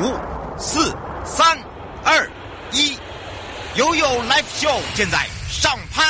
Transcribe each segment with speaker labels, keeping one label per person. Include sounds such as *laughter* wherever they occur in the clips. Speaker 1: 五、四、三、二、一，悠悠 live show 现在上拍。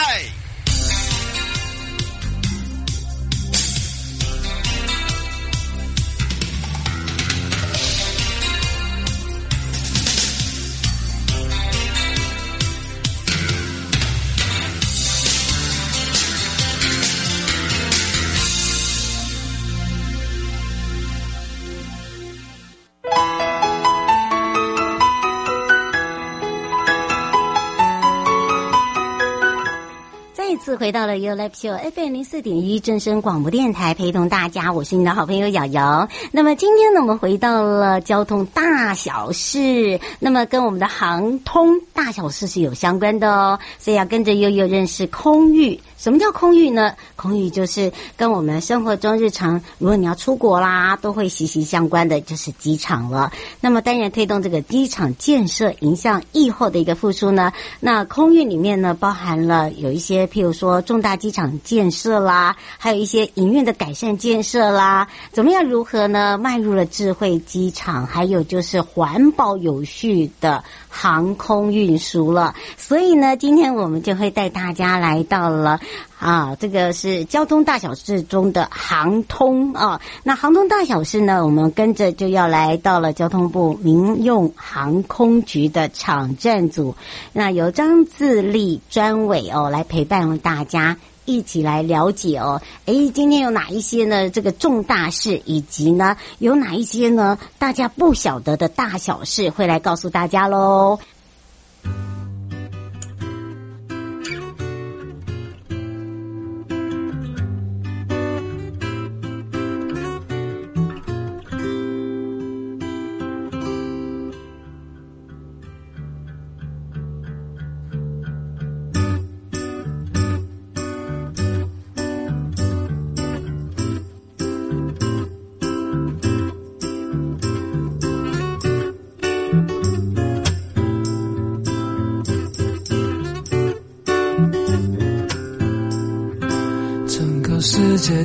Speaker 2: 再一次回到了 You Live Show FM 零四点一正声广播电台，陪同大家，我是你的好朋友瑶瑶。那么今天呢，我们回到了交通大小事，那么跟我们的航通大小事是有相关的哦，所以要跟着悠悠认识空域。什么叫空域呢？空域就是跟我们生活中日常，如果你要出国啦，都会息息相关的，就是机场了。那么当然，推动这个机场建设，影响疫后的一个复苏呢，那空运里面呢，包含了有一些，譬如说重大机场建设啦，还有一些营运的改善建设啦，怎么样如何呢？迈入了智慧机场，还有就是环保有序的航空运输了。所以呢，今天我们就会带大家来到了。啊，这个是交通大小事中的航通啊。那航通大小事呢，我们跟着就要来到了交通部民用航空局的场站组，那由张自力专委哦来陪伴大家。一起来了解哦，诶，今天有哪一些呢？这个重大事，以及呢，有哪一些呢？大家不晓得的大小事，会来告诉大家喽。
Speaker 3: 整个世界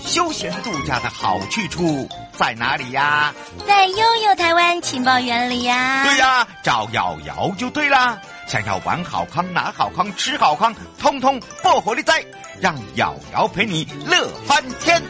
Speaker 1: 休闲度假的好去处在哪里呀？
Speaker 4: 在悠悠台湾情报园里呀、
Speaker 1: 对呀、找瑶瑶就对啦。想要玩好康、拿好康、吃好康，通通不活力在，让瑶瑶陪你乐翻天。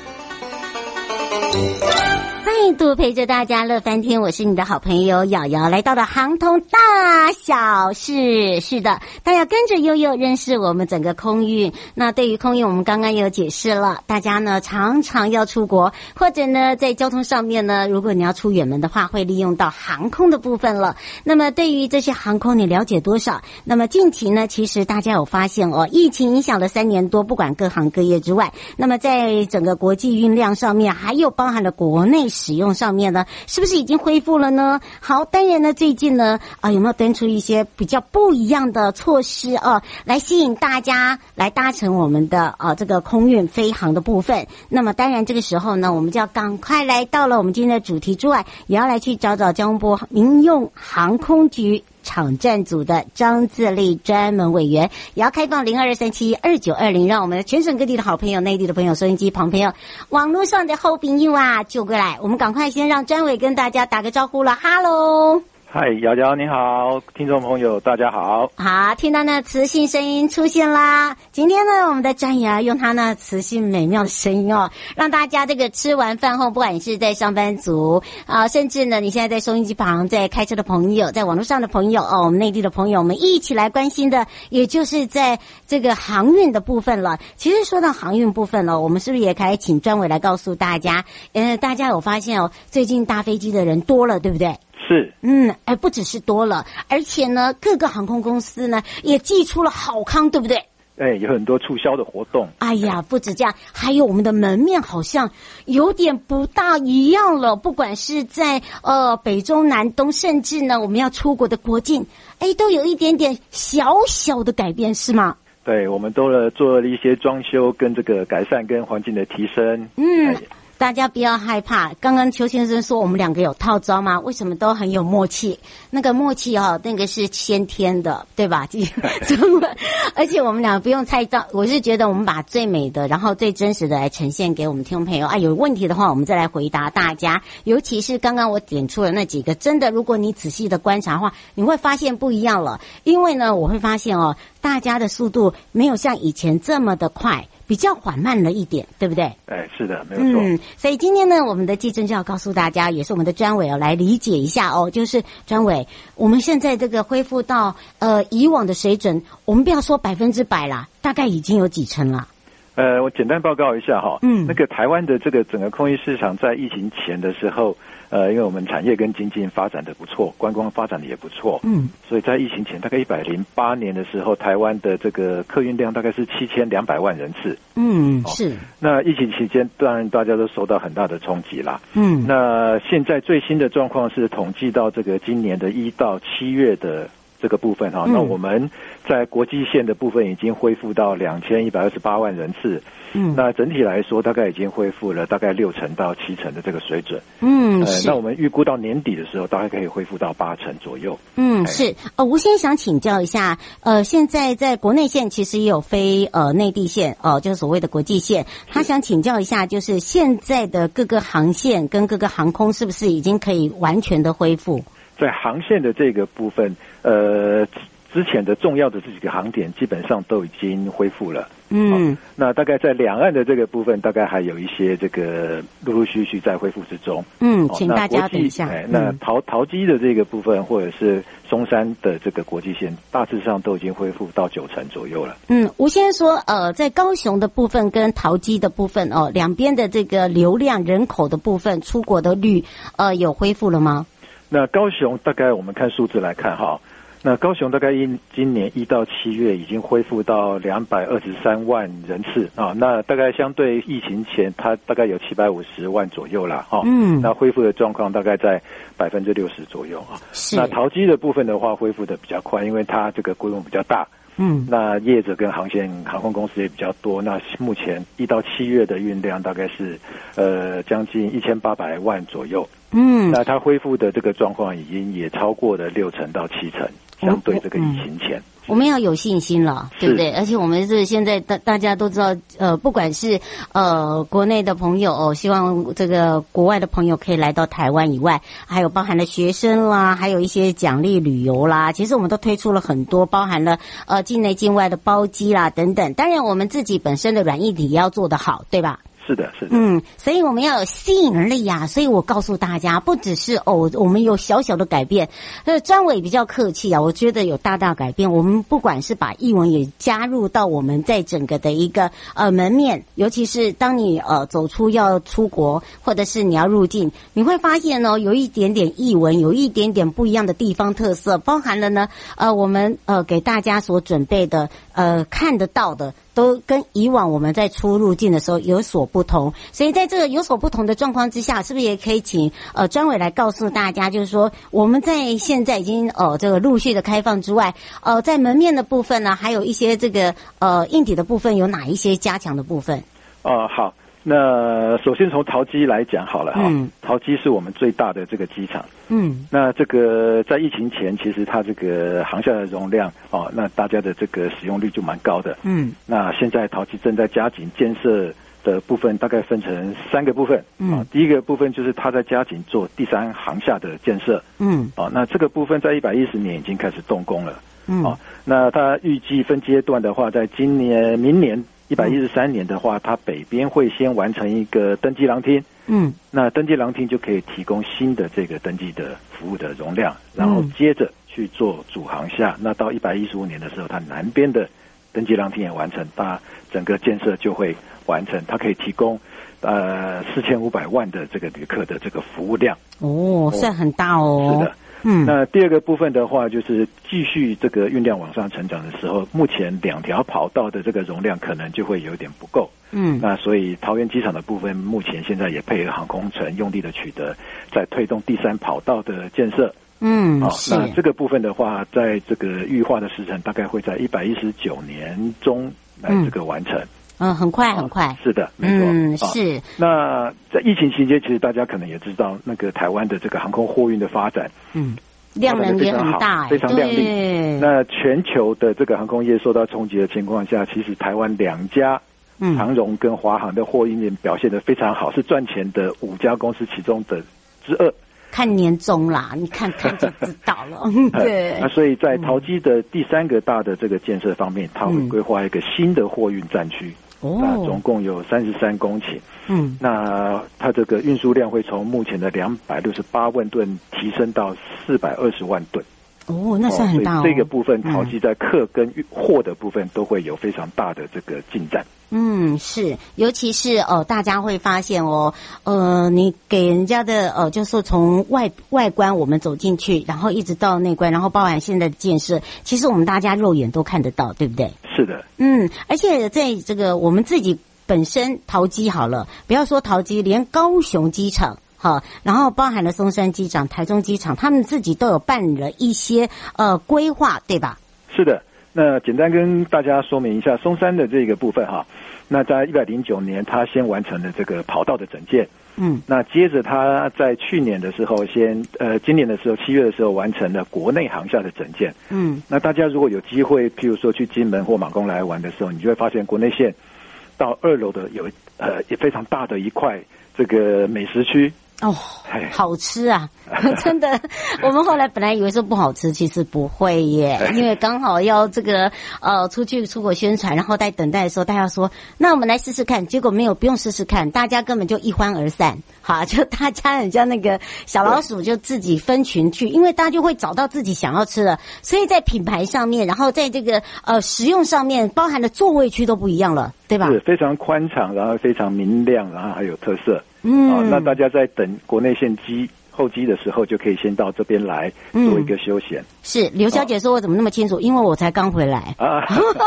Speaker 2: 再度陪着大家乐翻天，我是你的好朋友瑶瑶，来到了航通大小事。是的，大家跟着悠悠认识我们整个空运。那对于空运，我们刚刚也有解释了，大家呢常常要出国，或者呢在交通上面呢，如果你要出远门的话，会利用到航空的部分了。那么对于这些航空，你了解多少？那么近期呢，其实大家有发现哦，疫情影响了三年多，不管各行各业之外，那么在整个国际运量上面，还有包含了国内使用上面呢，是不是已经恢复了呢？好，当然呢，最近呢，啊，有没有端出一些比较不一样的措施啊，来吸引大家来搭乘我们的啊这个空运飞航的部分？那么当然这个时候呢，我们就要赶快来到了我们今天的主题之外，也要来去找找交通部民用航空局。场站组的张自力专门委员，也要开放零二三七二九二零，让我们全省各地的好朋友、内地的朋友、收音机旁朋友、网络上的后朋友啊，就过来，我们赶快先让专委跟大家打个招呼了，哈喽。
Speaker 5: 嗨，瑶瑶你好，听众朋友大家好。
Speaker 2: 好，听到那磁性声音出现啦！今天呢，我们的专员用他那磁性美妙的声音哦，让大家这个吃完饭后，不管你是在上班族啊、甚至呢，你现在在收音机旁在开车的朋友，在网络上的朋友哦，我们内地的朋友，我们一起来关心的，也就是在这个航运的部分了。其实说到航运部分了，我们是不是也可以请专委来告诉大家？呃，大家有发现哦，最近搭飞机的人多了，对不对？
Speaker 5: 是，
Speaker 2: 嗯，哎，不只是多了，而且呢，各个航空公司呢也寄出了好康，对不对？
Speaker 5: 哎，有很多促销的活动。
Speaker 2: 哎呀，不止这样，还有我们的门面好像有点不大一样了。不管是在呃北中南东，甚至呢我们要出国的国境，哎，都有一点点小小的改变，是吗？
Speaker 5: 对，我们都了做了一些装修跟这个改善跟环境的提升。
Speaker 2: 嗯
Speaker 5: 哎，
Speaker 2: 大家不要害怕。刚刚邱先生说我们两个有套招吗？为什么都很有默契？那个默契哦，那个是先天的，对吧？ *laughs* 怎么？而且我们俩不用猜到。我是觉得我们把最美的，然后最真实的来呈现给我们听众朋友。啊，有问题的话，我们再来回答大家。尤其是刚刚我点出了那几个，真的，如果你仔细的观察的话，你会发现不一样了。因为呢，我会发现哦，大家的速度没有像以前这么的快，比较缓慢了一点，对不对？
Speaker 5: 哎，是的，没有错。
Speaker 2: 嗯，所以今天呢，我们的季正就要告诉大家，也是我们的专委哦，来理解一下哦，就是专委，我们现在这个恢复到呃以往的水准，我们不要说百分之百啦，大概已经有几成了。
Speaker 5: 呃，我简单报告一下哈，
Speaker 2: 嗯
Speaker 5: 那个台湾的这个整个空域市场在疫情前的时候，呃，因为我们产业跟经济发展的不错，观光发展的也不错，
Speaker 2: 嗯，
Speaker 5: 所以在疫情前大概一百零八年的时候，台湾的这个客运量大概是七千两百万人次。
Speaker 2: 嗯，是，
Speaker 5: 那疫情期间，当然大家都受到很大的冲击啦。
Speaker 2: 嗯，
Speaker 5: 那现在最新的状况是统计到这个今年的一到七月的这个部分哈、
Speaker 2: 嗯
Speaker 5: 那我们在国际线的部分已经恢复到两千一百二十八万人次，
Speaker 2: 嗯
Speaker 5: 那整体来说大概已经恢复了大概六成到七成的这个水准，
Speaker 2: 嗯，
Speaker 5: 呃，
Speaker 2: 是
Speaker 5: 那我，们预估到年底的时候大概可以恢复到八成左右。
Speaker 2: 嗯，是。呃，吴先想请教一下，呃，现在在国内线其实也有飞呃内地线，哦，就是所谓的国际线。他想请教一下，就是现在的各个航线跟各个航空是不是已经可以完全的恢复？
Speaker 5: 在航线的这个部分，呃，之之前的重要的这几个航点基本上都已经恢复了。
Speaker 2: 嗯
Speaker 5: 那大概在两岸的这个部分，大概还有一些这个陆陆续续在恢复之中。
Speaker 2: 嗯，
Speaker 5: 哦
Speaker 2: 请
Speaker 5: 那
Speaker 2: 大家
Speaker 5: 国际
Speaker 2: 等一下
Speaker 5: 哎。那
Speaker 2: 嗯
Speaker 5: 桃桃机的这个部分，或者是松山的这个国际线，大致上都已经恢复到九成左右了。
Speaker 2: 嗯，吴先生说，呃，在高雄的部分跟桃机的部分哦，两边的这个流量人口的部分，出国的率呃有恢复了吗？
Speaker 5: 那高雄大概我们看数字来看哈，那高雄大概一今年一到七月已经恢复到两百二十三万人次啊，那大概相对疫情前，它大概有七百五十万左右啦哈。
Speaker 2: 嗯
Speaker 5: 那恢复的状况大概在百分之六十左右啊。
Speaker 2: 是，
Speaker 5: 那淘机的部分的话，恢复的比较快，因为它这个规模比较大，
Speaker 2: 嗯
Speaker 5: 那业者跟航线航空公司也比较多。那目前一到七月的运量大概是呃将近一千八百万左右。
Speaker 2: 嗯
Speaker 5: 那它恢复的这个状况已经也超过了六成到七成，
Speaker 2: 哦
Speaker 5: 相对这个疫情前。
Speaker 2: 我们要有信心了，对不对？而且我们是现在大大家都知道，呃，不管是呃国内的朋友哦，希望这个国外的朋友可以来到台湾以外，还有包含了学生啦，还有一些奖励旅游啦，其实我们都推出了很多，包含了呃境内境外的包机啦等等。当然，我们自己本身的软硬体也要做得好，对吧？
Speaker 5: 是的，是的。
Speaker 2: 嗯，所以我们要有吸引力呀、所以我告诉大家，不只是哦，我们有小小的改变。呃，专委比较客气啊，我觉得有大大改变。我们不管是把译文也加入到我们在整个的一个呃门面，尤其是当你呃走出要出国，或者是你要入境，你会发现哦，有一点点译文，有一点点不一样的地方特色，包含了呢呃我们呃给大家所准备的呃看得到的。都跟以往我们在出入境的时候有所不同，所以在这个有所不同的状况之下，是不是也可以请呃专委来告诉大家，就是说我们在现在已经呃这个陆续的开放之外，呃在门面的部分呢，还有一些这个呃硬体的部分有哪一些加强的部分？
Speaker 5: 哦、好。那首先从桃机来讲好了哈
Speaker 2: 嗯，
Speaker 5: 桃机是我们最大的这个机场。
Speaker 2: 嗯
Speaker 5: 那这个在疫情前，其实它这个航厦的容量哦，那大家的这个使用率就蛮高的。
Speaker 2: 嗯
Speaker 5: 那现在陶器正在加紧建设的部分，大概分成三个部分。
Speaker 2: 嗯
Speaker 5: 啊第一个部分就是它在加紧做第三航厦的建设。
Speaker 2: 嗯
Speaker 5: 啊，那这个部分在一百一十年已经开始动工了。
Speaker 2: 嗯
Speaker 5: 啊，那它预计分阶段的话，在今年、明年一百一十三年的话，它北边会先完成一个登机廊厅。
Speaker 2: 嗯
Speaker 5: 那登机廊厅就可以提供新的这个登机的服务的容量，
Speaker 2: 嗯
Speaker 5: 然后接着去做主航下。那到一百一十五年的时候，它南边的登机廊厅也完成，它整个建设就会完成，它可以提供呃四千五百万的这个旅客的这个服务量。
Speaker 2: 哦，算很大哦，
Speaker 5: 是的，
Speaker 2: 嗯
Speaker 5: 那第二个部分的话，就是继续这个运量往上成长的时候，目前两条跑道的这个容量可能就会有点不够。
Speaker 2: 嗯
Speaker 5: 那所以桃园机场的部分，目前现在也配合航空城用力的取得，在推动第三跑道的建设。
Speaker 2: 嗯，
Speaker 5: 好，
Speaker 2: 是，
Speaker 5: 那这个部分的话，在这个预化的时程大概会在一百一十九年中来这个完成。
Speaker 2: 嗯，很快很快，
Speaker 5: 是的，没错。
Speaker 2: 嗯，
Speaker 5: 好
Speaker 2: 是，
Speaker 5: 那在疫情期间，其实大家可能也知道，那个台湾的这个航空货运的发展
Speaker 2: 嗯，量能也很大，哎
Speaker 5: 非常亮丽
Speaker 2: 对，
Speaker 5: 那全球的这个航空业受到冲击的情况下，其实台湾两家
Speaker 2: 嗯
Speaker 5: 长荣跟华航的货运业表现得非常好，是赚钱的五家公司其中的之二。
Speaker 2: 看年终啦，你看看就知道
Speaker 5: *laughs*
Speaker 2: 了，对
Speaker 5: 哎那，所以在淘机的第三个大的这个建设方面，它会规划一个新的货运站区，那总
Speaker 2: 嗯哦，
Speaker 5: 共有三十三公顷。
Speaker 2: 嗯
Speaker 5: 那它这个运输量会从目前的两百六十八万吨提升到四百二十万吨。
Speaker 2: 哦，那算很大哦，
Speaker 5: 所以这个部分淘机在客跟货的部分都会有非常大的这个进展。
Speaker 2: 嗯，是，尤其是哦，大家会发现哦，呃，你给人家的呃，就是说从外外观我们走进去，然后一直到内观，然后包含现在的建设，其实我们大家肉眼都看得到，对不对？
Speaker 5: 是的，
Speaker 2: 嗯，而且在这个我们自己本身淘机好了，不要说淘机，连高雄机场。好，然后包含了松山机场、台中机场，他们自己都有办了一些呃规划，对吧？
Speaker 5: 是的。那简单跟大家说明一下松山的这个部分哈。那在一百零九年，它先完成了这个跑道的整建，
Speaker 2: 嗯
Speaker 5: 那接着它在去年的时候先，呃，今年的时候七月的时候完成了国内航厦的整建。
Speaker 2: 嗯
Speaker 5: 那大家如果有机会，譬如说去金门或马公来玩的时候，你就会发现国内线到二楼的有呃也非常大的一块这个美食区，
Speaker 2: 哦
Speaker 5: 哎，
Speaker 2: 好吃
Speaker 5: *laughs*
Speaker 2: 啊！真的，我们后来本来以为说不好吃，其实不会
Speaker 5: 哎
Speaker 2: 耶，因为刚好要这个呃出去出国宣传，然后在等待的时候，大家说那我们来试试看，结果没有，不用试试看，大家根本就一欢而散，好， *laughs* 就大家很像那个小老鼠，就自己分群去，因为大家就会找到自己想要吃的，所以在品牌上面，然后在这个呃食用上面，包含的座位区都不一样了，对吧？
Speaker 5: 是非常宽敞，然后非常明亮，然后还有特色。
Speaker 2: 嗯
Speaker 5: 啊，那大家在等国内线机候机的时候，就可以先到这边来
Speaker 2: 嗯
Speaker 5: 做一个休闲、
Speaker 2: 是刘小姐说，我怎么那么清楚？因为我才刚回来。
Speaker 5: 啊。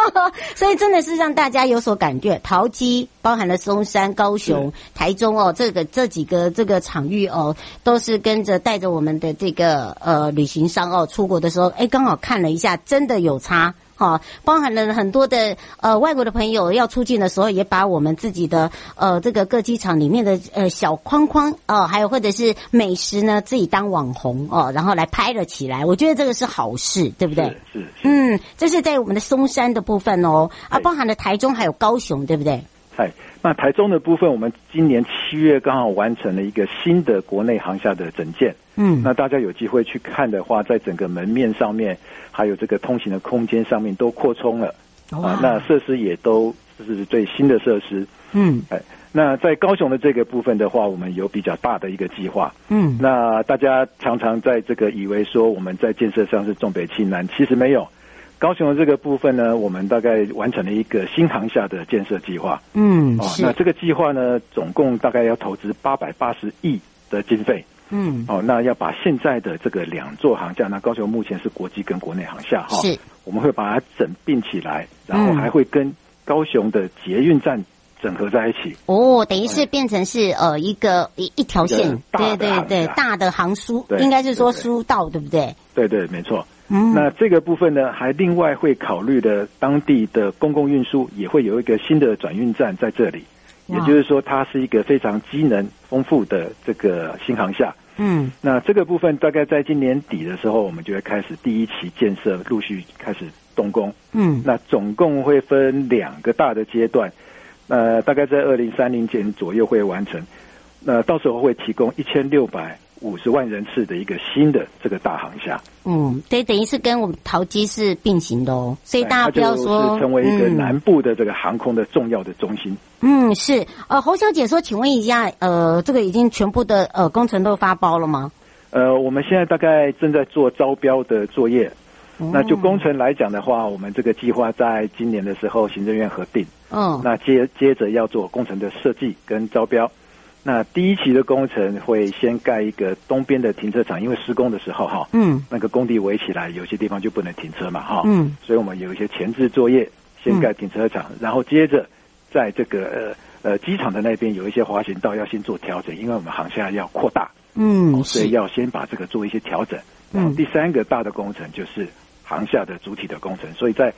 Speaker 2: *laughs* 所以真的是让大家有所感觉。桃机包含了松山、高雄、台中哦，这个这几个这个场域哦，都是跟着带着我们的这个呃旅行商哦出国的时候，哎，刚好看了一下，真的有差。哈、包含了很多的呃外国的朋友要出境的时候，也把我们自己的呃这个各机场里面的呃小框框哦、还有或者是美食呢，自己当网红哦，然后来拍了起来。我觉得这个是好事，对不对？
Speaker 5: 是是是，
Speaker 2: 嗯，这是在我们的松山的部分哦，啊，
Speaker 5: 对
Speaker 2: 包含了台中还有高雄，对不对？
Speaker 5: 嗨，那台中的部分，我们今年七月刚好完成了一个新的国内航厦的整建。
Speaker 2: 嗯
Speaker 5: 那大家有机会去看的话，在整个门面上面，还有这个通行的空间上面都扩充了
Speaker 2: 哇
Speaker 5: 啊，那设施也都是最新的设施。
Speaker 2: 嗯
Speaker 5: 哎，那在高雄的这个部分的话，我们有比较大的一个计划。
Speaker 2: 嗯，
Speaker 5: 那大家常常在这个以为说我们在建设上是重北轻南，其实没有。高雄的这个部分呢，我们大概完成了一个新航厦的建设计划。
Speaker 2: 嗯
Speaker 5: 哦，那
Speaker 2: 是，
Speaker 5: 这个计划呢，总共大概要投资八百八十亿的经费。
Speaker 2: 嗯
Speaker 5: 哦，那要把现在的这个两座航厦，那高雄目前是国际跟国内航厦哈，
Speaker 2: 是，嗯
Speaker 5: 我们会把它整并起来，然后还会跟高雄的捷运站整合在一起。
Speaker 2: 哦，等于是变成是呃一个一一条
Speaker 5: 一
Speaker 2: 线
Speaker 5: 个，大
Speaker 2: 对
Speaker 5: 的
Speaker 2: 对
Speaker 5: 航
Speaker 2: 对，
Speaker 5: 线
Speaker 2: 大的航枢，
Speaker 5: 对
Speaker 2: 应该是说
Speaker 5: 对对
Speaker 2: 输道，对不对？
Speaker 5: 对对，没错。
Speaker 2: 嗯
Speaker 5: 那这个部分呢，还另外会考虑的当地的公共运输也会有一个新的转运站在这里，也
Speaker 2: 哇
Speaker 5: 就是说，它是一个非常机能丰富的这个新航厦。
Speaker 2: 嗯
Speaker 5: 那这个部分大概在今年底的时候，我们就会开始第一期建设，陆续开始动工。
Speaker 2: 嗯
Speaker 5: 那总共会分两个大的阶段，呃，大概在二零三零年左右会完成。那、到时候会提供一千六百五十万人次的一个新的这个大航厦，
Speaker 2: 嗯，对，等于是跟我们桃机是并行的哦，所以大家
Speaker 5: 哎它
Speaker 2: 不要
Speaker 5: 就
Speaker 2: 说
Speaker 5: 是成为一个
Speaker 2: 嗯
Speaker 5: 南部的这个航空的重要的中心。
Speaker 2: 嗯是，呃，侯小姐说，请问一下，呃，这个已经全部的呃工程都发包了吗？
Speaker 5: 呃，我们现在大概正在做招标的作业。
Speaker 2: 哦
Speaker 5: 那就工程来讲的话，我们这个计划在今年的时候，行政院核定。
Speaker 2: 嗯
Speaker 5: 那接接着要做工程的设计跟招标，那第一期的工程会先盖一个东边的停车场，因为施工的时候哈，
Speaker 2: 嗯
Speaker 5: 那个工地围起来，有些地方就不能停车嘛哈，
Speaker 2: 嗯，
Speaker 5: 所以我们有一些前置作业，先盖停车场，然后接着在这个呃呃机场的那边有一些滑行道要先做调整，因为我们航厦要扩大，
Speaker 2: 嗯，
Speaker 5: 所以
Speaker 2: 是，
Speaker 5: 要先把这个做一些调整。
Speaker 2: 嗯
Speaker 5: 然后第三个大的工程就是航厦的主体的工程，所以在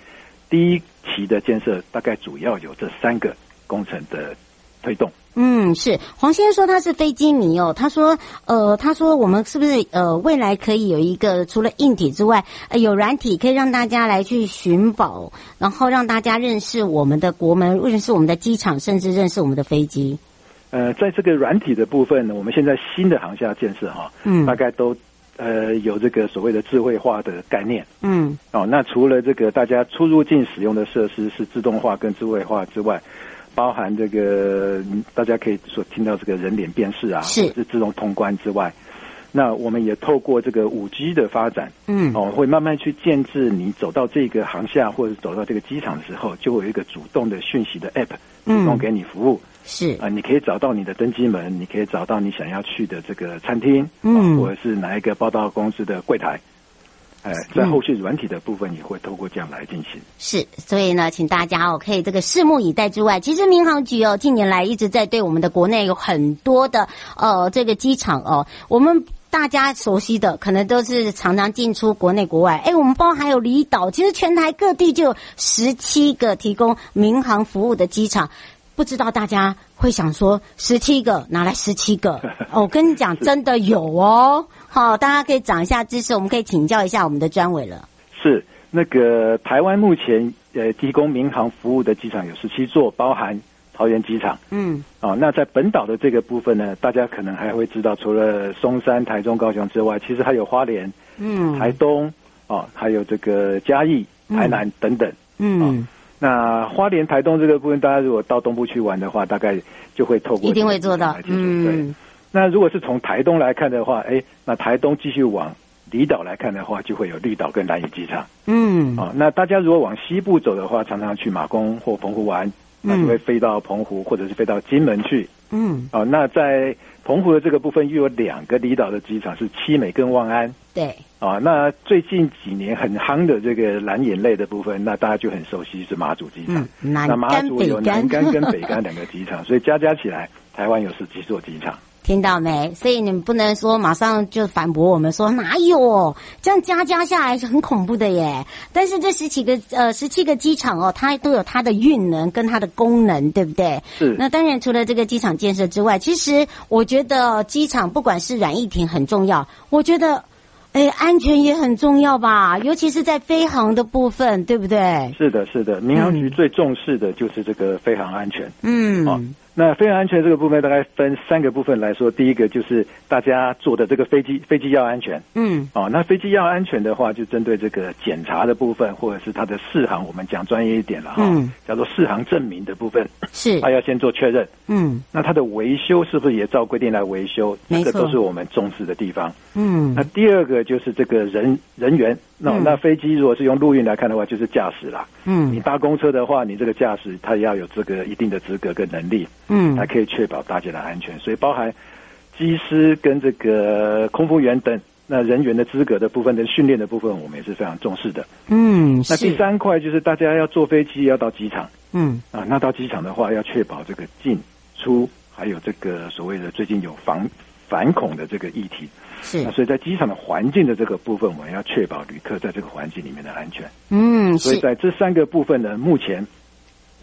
Speaker 5: 第一期的建设大概主要有这三个工程的推动。
Speaker 2: 嗯，是。黄先生说他是飞机迷哦，他说，呃，他说我们是不是呃未来可以有一个除了硬体之外，呃、有软体可以让大家来去寻宝，然后让大家认识我们的国门，认识我们的机场，甚至认识我们的飞机。
Speaker 5: 呃，在这个软体的部分呢，我们现在新的航厦建设哈、
Speaker 2: 嗯
Speaker 5: 大概都呃有这个所谓的智慧化的概念
Speaker 2: 嗯
Speaker 5: 哦。那除了这个大家出入境使用的设施是自动化跟智慧化之外，包含这个嗯大家可以所听到这个人脸辨识啊，
Speaker 2: 是
Speaker 5: 或者是自动通关之外，那我们也透过这个五 G 的发展，
Speaker 2: 嗯
Speaker 5: 哦，会慢慢去建制你走到这个航厦或者走到这个机场的时候，就会有一个主动的讯息的 App 提供
Speaker 2: 嗯
Speaker 5: 给你服务。
Speaker 2: 是
Speaker 5: 啊，你可以找到你的登机门，你可以找到你想要去的这个餐厅，
Speaker 2: 嗯
Speaker 5: 啊或者是哪一个报道公司的柜台。哎、在后续软体的部分也会透过这样来进行。
Speaker 2: 是，所以呢，请大家哦，可以这个拭目以待之外，其实民航局哦，近年来一直在对我们的国内有很多的呃这个机场哦，我们。大家熟悉的可能都是常常进出国内国外，哎，我们包含有离岛，其实全台各地就有十七个提供民航服务的机场，不知道大家会想说十七个哪来十七个？哦，我跟你讲，真的有哦，好、大家可以长一下知识，我们可以请教一下我们的专委了，
Speaker 5: 是那个台湾目前呃提供民航服务的机场有十七座，包含桃园机场。
Speaker 2: 嗯
Speaker 5: 哦，那在本岛的这个部分呢，大家可能还会知道，除了松山、台中、高雄之外，其实还有花莲、
Speaker 2: 嗯
Speaker 5: 台东，哦，还有这个嘉义、台南等等。
Speaker 2: 嗯。
Speaker 5: 那花莲、台东这个部分，大家如果到东部去玩的话，大概就会透过
Speaker 2: 一定会做到
Speaker 5: 来。解决对
Speaker 2: 嗯，，
Speaker 5: 那如果是从台东来看的话，哎，那台东继续往离岛来看的话，就会有绿岛跟蓝屿机场。
Speaker 2: 嗯，
Speaker 5: 哦，那大家如果往西部走的话，常常去马公或澎湖玩，那就会飞到澎湖或者是飞到金门去。
Speaker 2: 嗯，
Speaker 5: 哦，那在澎湖的这个部分又有两个离岛的机场是七美跟望安。
Speaker 2: 对，
Speaker 5: 啊，那最近几年很夯的这个蓝眼泪的部分，那大家就很熟悉是马祖机场。
Speaker 2: 嗯南
Speaker 5: 那马
Speaker 2: 竿
Speaker 5: 祖
Speaker 2: 北
Speaker 5: 有南
Speaker 2: 竿
Speaker 5: 竿
Speaker 2: *laughs*
Speaker 5: 跟北竿两个机场，所以加加起来，台湾有十几座机场。
Speaker 2: 听到没？所以你们不能说马上就反驳我们说哪有这样加加下来是很恐怖的耶。但是这十几个呃十七个机场哦，它都有它的运能跟它的功能，对不对？
Speaker 5: 是
Speaker 2: 那当然，除了这个机场建设之外，其实我觉得机场不管是软硬体很重要，我觉得。哎，安全也很重要吧，尤其是在飞航的部分，对不对？
Speaker 5: 是的，是的，民航局
Speaker 2: 嗯
Speaker 5: 最重视的就是这个飞航安全。
Speaker 2: 嗯，
Speaker 5: 啊，那飞行安全这个部分大概分三个部分来说，第一个就是大家坐的这个飞机，飞机要安全。
Speaker 2: 嗯，
Speaker 5: 哦，那飞机要安全的话，就针对这个检查的部分，或者是它的适航，我们讲专业一点了哈，
Speaker 2: 嗯
Speaker 5: 叫做适航证明的部分，
Speaker 2: 是
Speaker 5: 它，要先做确认。
Speaker 2: 嗯
Speaker 5: 那它的维修是不是也照规定来维修？
Speaker 2: 没
Speaker 5: 这
Speaker 2: 错
Speaker 5: 个都是我们重视的地方。
Speaker 2: 嗯
Speaker 5: 那第二个就是这个人人员，那、
Speaker 2: 嗯
Speaker 5: 那飞机如果是用陆运来看的话，就是驾驶啦。你
Speaker 2: 嗯
Speaker 5: 搭公车的话，你这个驾驶他也要有这个一定的资格跟能力。
Speaker 2: 嗯
Speaker 5: 才可以确保大家的安全。所以包含机师跟这个空服员等那人员的资格的部分跟训练的部分，我们也是非常重视的。
Speaker 2: 嗯，
Speaker 5: 那第
Speaker 2: 是，
Speaker 5: 三块就是大家要坐飞机要到机场
Speaker 2: 嗯
Speaker 5: 啊，那到机场的话要确保这个进出还有这个所谓的最近有防反恐的这个议题。那
Speaker 2: 是，
Speaker 5: 所以在机场的环境的这个部分，我们要确保旅客在这个环境里面的安全。
Speaker 2: 嗯
Speaker 5: 所以
Speaker 2: 是，
Speaker 5: 在这三个部分呢，目前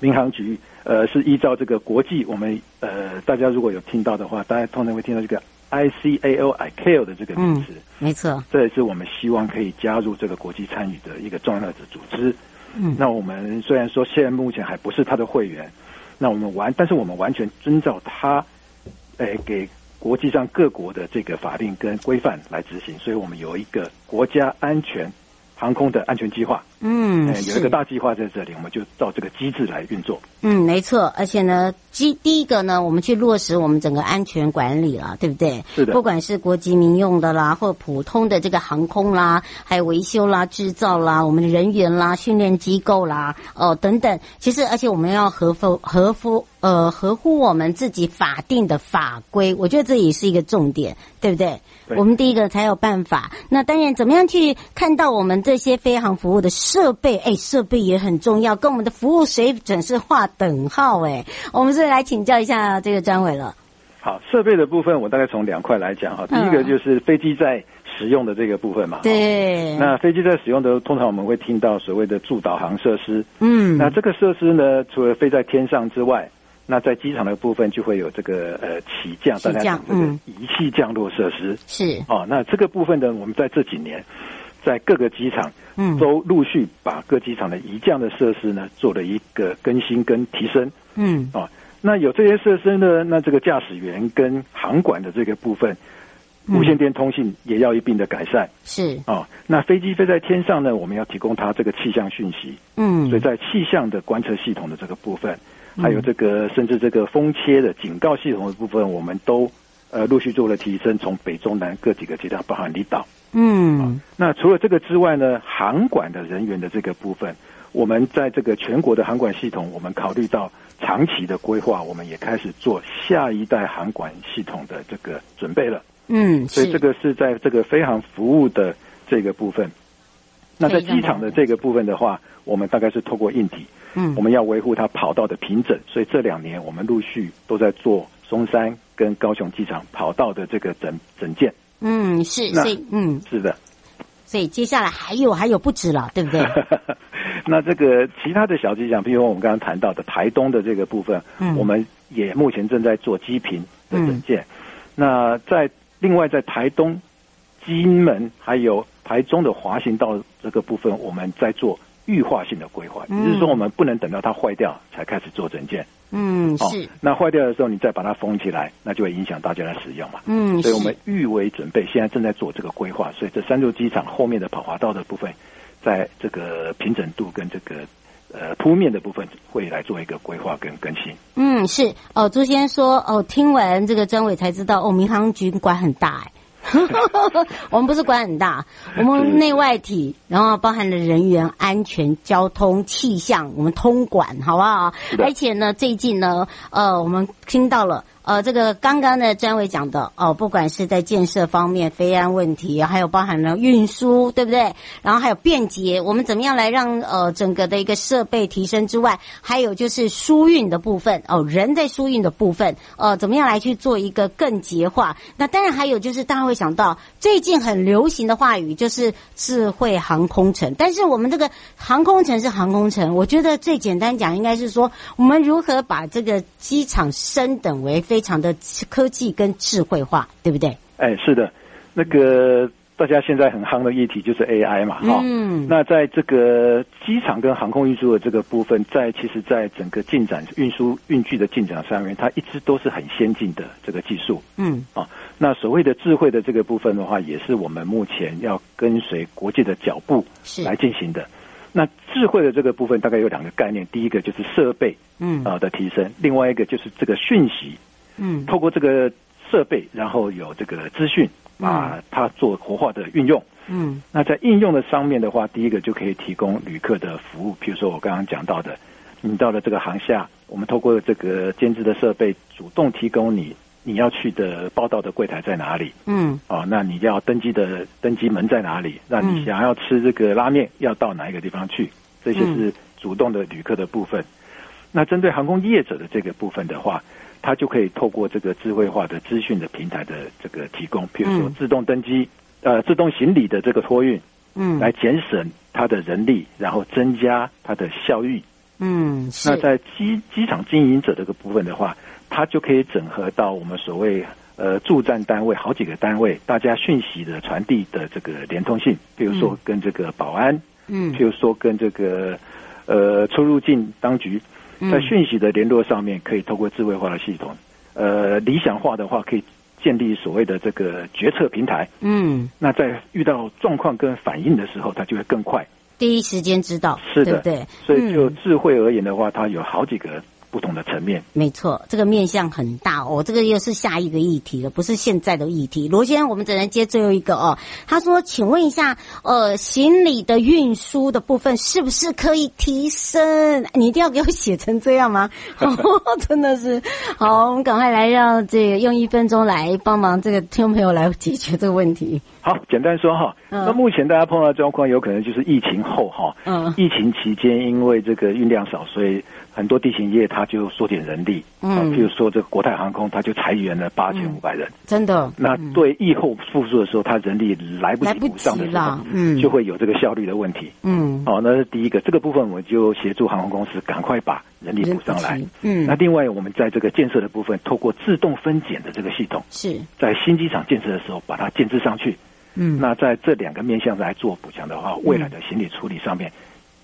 Speaker 5: 民航局呃是依照这个国际，我们呃大家如果有听到的话，大家通常会听到这个 ICAO ICAO 的这个名
Speaker 2: 嗯
Speaker 5: 词，，
Speaker 2: 没错，
Speaker 5: 这也是我们希望可以加入这个国际参与的一个重要的组织。
Speaker 2: 嗯
Speaker 5: 那我们虽然说现在目前还不是它的会员，那我们完，但是我们完全遵照它，诶、给国际上各国的这个法令跟规范来执行，所以我们有一个国家安全航空的安全计划。
Speaker 2: 嗯
Speaker 5: 呃有一
Speaker 2: 是
Speaker 5: 个。大计划在这里，我们就照这个机制来运作。
Speaker 2: 嗯，没错，而且呢，第第一个呢，我们去落实我们整个安全管理了，对不对？
Speaker 5: 是的
Speaker 2: 不管是国际民用的啦，或普通的这个航空啦，还有维修啦、制造啦，我们的人员啦、训练机构啦，哦、等等。其实，而且我们要合乎合乎呃合乎我们自己法定的法规，我觉得这也是一个重点，对不对？
Speaker 5: 对
Speaker 2: 我们第一个才有办法。那当然，怎么样去看到我们这些飞航服务的设备？哎，设备也很重要，跟我们的服务水准是划等号。哎，我们是来请教一下这个专委了。
Speaker 5: 好，设备的部分我大概从两块来讲哈，第
Speaker 2: 嗯
Speaker 5: 一个就是飞机在使用的这个部分嘛。。
Speaker 2: 对，
Speaker 5: 那飞机在使用的，通常我们会听到所谓的助导航设施。
Speaker 2: 嗯，
Speaker 5: 那这个设施呢，除了飞在天上之外，那在机场的部分就会有这个呃起降，
Speaker 2: 起
Speaker 5: 大家
Speaker 2: 降
Speaker 5: 讲这个
Speaker 2: 嗯
Speaker 5: 仪器降落设施。
Speaker 2: 是，
Speaker 5: 哦，那这个部分呢，我们在这几年在各个机场
Speaker 2: 嗯
Speaker 5: 都陆续把各机场的移降的设施呢做了一个更新跟提升。
Speaker 2: 嗯，
Speaker 5: 哦，那有这些设施呢，那这个驾驶员跟航管的这个部分，
Speaker 2: 嗯
Speaker 5: 无线电通信也要一并的改善。
Speaker 2: 是，
Speaker 5: 哦，那飞机飞在天上呢，我们要提供它这个气象讯息，
Speaker 2: 嗯
Speaker 5: 所以，在气象的观测系统的这个部分，还有这个甚至这个风切的警告系统的部分，我们都呃陆续做了提升，从北中南各几个阶段，包含离岛。
Speaker 2: 嗯，
Speaker 5: 那除了这个之外呢，航管的人员的这个部分，我们在这个全国的航管系统，我们考虑到长期的规划，我们也开始做下一代航管系统的这个准备了。
Speaker 2: 嗯，
Speaker 5: 啊所
Speaker 2: 是
Speaker 5: 以这个是在这个飞航服务的这个部分。那在机场的这个部分的话，我们大概是透过硬体，
Speaker 2: 嗯
Speaker 5: 我们要维护它跑道的平整，所以这两年我们陆续都在做松山跟高雄机场跑道的这个整整建。
Speaker 2: 嗯，是，
Speaker 5: 那
Speaker 2: 所以嗯，
Speaker 5: 是的，
Speaker 2: 所以接下来还有还有不止了，对不
Speaker 5: *laughs*
Speaker 2: 对？
Speaker 5: 那这个其他的小机场，比如我们刚刚谈到的台东的这个部分，
Speaker 2: 嗯
Speaker 5: 我们也目前正在做机坪的整建。那在另外在台东、金门还有台中的滑行道这个部分，我们在做预化性的规划，也就是说我们不能等到它坏掉才开始做整建。
Speaker 2: 嗯，
Speaker 5: 哦
Speaker 2: 是，，
Speaker 5: 那坏掉的时候你再把它封起来，那就会影响大家的使用嘛。
Speaker 2: 嗯，
Speaker 5: 所以
Speaker 2: 是
Speaker 5: 我，们预为准备，现在正在做这个规划，所以这三座机场后面的跑滑道的部分，在这个平整度跟这个呃铺面的部分会来做一个规划跟更新。
Speaker 2: 嗯，是。哦，朱先生说，哦，听完这个专委才知道，哦，民航局管很大哎。 *laughs* 我们不是管很大，我们内外体，然后包含了人员安全、交通、气象，我们通管，好不好？
Speaker 5: 是的
Speaker 2: 而且呢，最近呢，呃，我们听到了。呃，这个刚刚呢，专委讲的哦，不管是在建设方面、飞安问题，还有包含了运输，对不对？然后还有便捷，我们怎么样来让呃整个的一个设备提升之外，还有就是疏运的部分哦，人在疏运的部分，呃，怎么样来去做一个更捷化？那当然还有就是大家会想到最近很流行的话语就是智慧航空城，但是我们这个航空城是航空城，我觉得最简单讲应该是说我们如何把这个机场升等为非常的科技跟智慧化，对不对？
Speaker 5: 哎，是的，那个大家现在很夯的议题就是 AI 嘛，哈、
Speaker 2: 嗯
Speaker 5: 那在这个机场跟航空运输的这个部分，在其实，在整个进展运输运具的进展上面，它一直都是很先进的这个技术。
Speaker 2: 嗯
Speaker 5: 啊，那所谓的智慧的这个部分的话，也是我们目前要跟随国际的脚步
Speaker 2: 是
Speaker 5: 来进行的。那智慧的这个部分大概有两个概念，第一个就是设备
Speaker 2: 嗯
Speaker 5: 啊、呃的提升，另外一个就是这个讯息，
Speaker 2: 嗯
Speaker 5: 透过这个设备，然后有这个资讯啊，它做活化的运用。
Speaker 2: 嗯
Speaker 5: 那在应用的上面的话，第一个就可以提供旅客的服务，譬如说我刚刚讲到的，你到了这个航厦，我们透过这个监制的设备，主动提供你你要去的报到的柜台在哪里
Speaker 2: 嗯
Speaker 5: 哦，那你要登机的登机门在哪里？那
Speaker 2: 嗯
Speaker 5: 你想要吃这个拉面，要到哪一个地方去？这
Speaker 2: 嗯
Speaker 5: 些是主动的旅客的部分。那针对航空业者的这个部分的话，它就可以透过这个智慧化的资讯的平台的这个提供，譬如说
Speaker 2: 嗯
Speaker 5: 自动登机、呃自动行李的这个托运，
Speaker 2: 嗯
Speaker 5: 来节省它的人力，然后增加它的效益。
Speaker 2: 嗯，是
Speaker 5: 那在机机场经营者这个部分的话，它就可以整合到我们所谓呃驻站单位好几个单位，大家讯息的传递的这个连通性，比如说跟这个保安，
Speaker 2: 嗯
Speaker 5: 譬如说跟这个呃出入境当局，
Speaker 2: 嗯
Speaker 5: 在讯息的联络上面，可以透过智慧化的系统，呃理想化的话，可以建立所谓的这个决策平台。
Speaker 2: 嗯。
Speaker 5: 那在遇到状况跟反应的时候，它就会更快。
Speaker 2: 第一时间知道，
Speaker 5: 是
Speaker 2: 对
Speaker 5: 的，
Speaker 2: 不对？
Speaker 5: 所以就
Speaker 2: 嗯
Speaker 5: 智慧而言的话，它有好几个不同的层面。
Speaker 2: 没错，这个面向很大哦，这个又是下一个议题了，不是现在的议题。罗先生，我们只能接最后一个哦。他说：“请问一下，呃，行李的运输的部分是不是可以提升？你一定要给我写成这样吗？哦、真的是好，我们赶快来让这个用一分钟来帮忙这个听众朋友来解决这个问题。
Speaker 5: 好，简单说哈，
Speaker 2: 嗯
Speaker 5: 那目前大家碰到的状况，有可能就是疫情后哈，
Speaker 2: 嗯
Speaker 5: 疫情期间因为这个运量少，所以很多地勤业它就缩减人力，
Speaker 2: 嗯
Speaker 5: 啊譬如说这个国泰航空，它就裁员了八千五百人。
Speaker 2: 真的，
Speaker 5: 那对疫后复苏的时候，它人力来不
Speaker 2: 来
Speaker 5: 及
Speaker 2: 不
Speaker 5: 补上的
Speaker 2: 及
Speaker 5: 时候
Speaker 2: 了，，嗯
Speaker 5: 就会有这个效率的问题。
Speaker 2: 嗯，
Speaker 5: 好、哦那是第一个，这个部分我就协助航空公司赶快把人力补上来
Speaker 2: 人不及。嗯
Speaker 5: 那另外我们在这个建设的部分，透过自动分拣的这个系统，
Speaker 2: 是，
Speaker 5: 在新机场建设的时候把它建制上去。
Speaker 2: 嗯，
Speaker 5: 那在这两个面向来做补强的话，未来的行李处理上面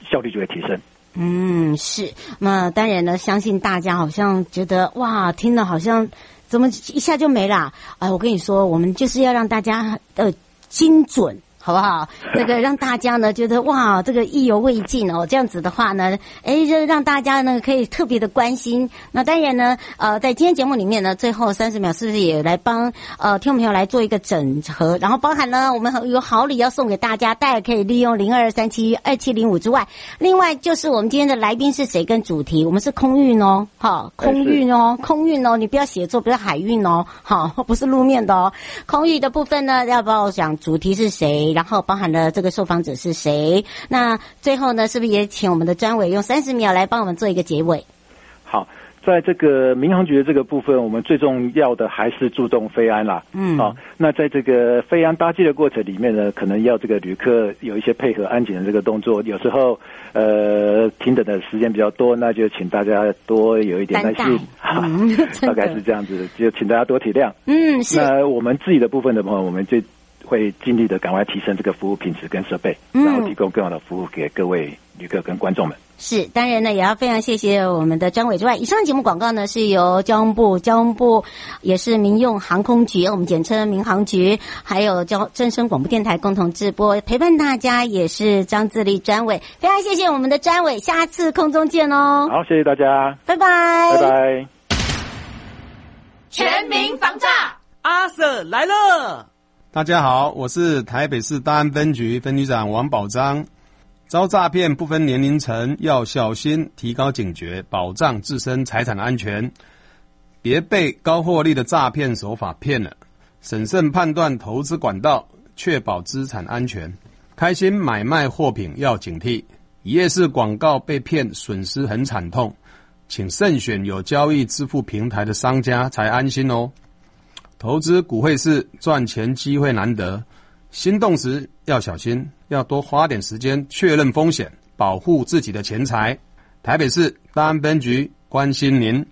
Speaker 5: 效率就会提升。
Speaker 2: 嗯，是。那当然呢，相信大家好像觉得哇，听了好像怎么一下就没啦？哎，我跟你说，我们就是要让大家呃精准。好不好？这个让大家呢觉得哇，这个意犹未尽哦。这样子的话呢，哎，就让大家呢可以特别的关心。那当然呢，呃，在今天节目里面呢，最后三十秒是不是也来帮呃听众朋友来做一个整合？然后包含呢，我们有好礼要送给大家，大家可以利用零二三七二七零五之外，另外就是我们今天的来宾是谁跟主题，我们是空运哦，好，空运哦，空运哦，你不要写作，不要海运哦，好， *laughs* 不是路面的哦。空运的部分呢，要不要讲主题是谁，然后包含了这个受访者是谁？那最后呢，是不是也请我们的专委用三十秒来帮我们做一个结尾？
Speaker 5: 好，在这个民航局的这个部分，我们最重要的还是注重飞安啦。
Speaker 2: 嗯
Speaker 5: 啊，那在这个飞安搭机的过程里面呢，可能要这个旅客有一些配合安检的这个动作。有时候，呃，停等的时间比较多，那就请大家多有一点耐心， *laughs*
Speaker 2: 担待嗯真
Speaker 5: 大
Speaker 2: 的
Speaker 5: 概是这样子，就请大家多体谅。
Speaker 2: 嗯，是。
Speaker 5: 那我们自己的部分的话，我们就会尽力的赶快提升这个服务品质跟设备，
Speaker 2: 嗯
Speaker 5: 然后提供更好的服务给各位旅客跟观众们。
Speaker 2: 是，当然呢，也要非常谢谢我们的张伟之外，以上节目广告呢是由交通部、交通部也是民用航空局，我们简称民航局，还有交正声广播电台共同直播，陪伴大家也是张自力专委，非常谢谢我们的专委，下次空中见哦，
Speaker 5: 好，谢谢大家，
Speaker 2: 拜拜，
Speaker 5: 拜拜。
Speaker 4: 全民防诈。
Speaker 6: 阿 Sir 来了。
Speaker 7: 大家好，我是台北市大安分局分局长王宝章。遭诈骗不分年龄层，要小心，提高警觉，保障自身财产安全，别被高获利的诈骗手法骗了。审慎判断投资管道，确保资产安全。开心买卖货品要警惕，一夜式广告被骗，损失很惨痛，请慎选有交易支付平台的商家才安心哦。投资股汇市赚钱机会难得，心动时要小心，要多花点时间确认风险，保护自己的钱财。台北市大安分局关心您。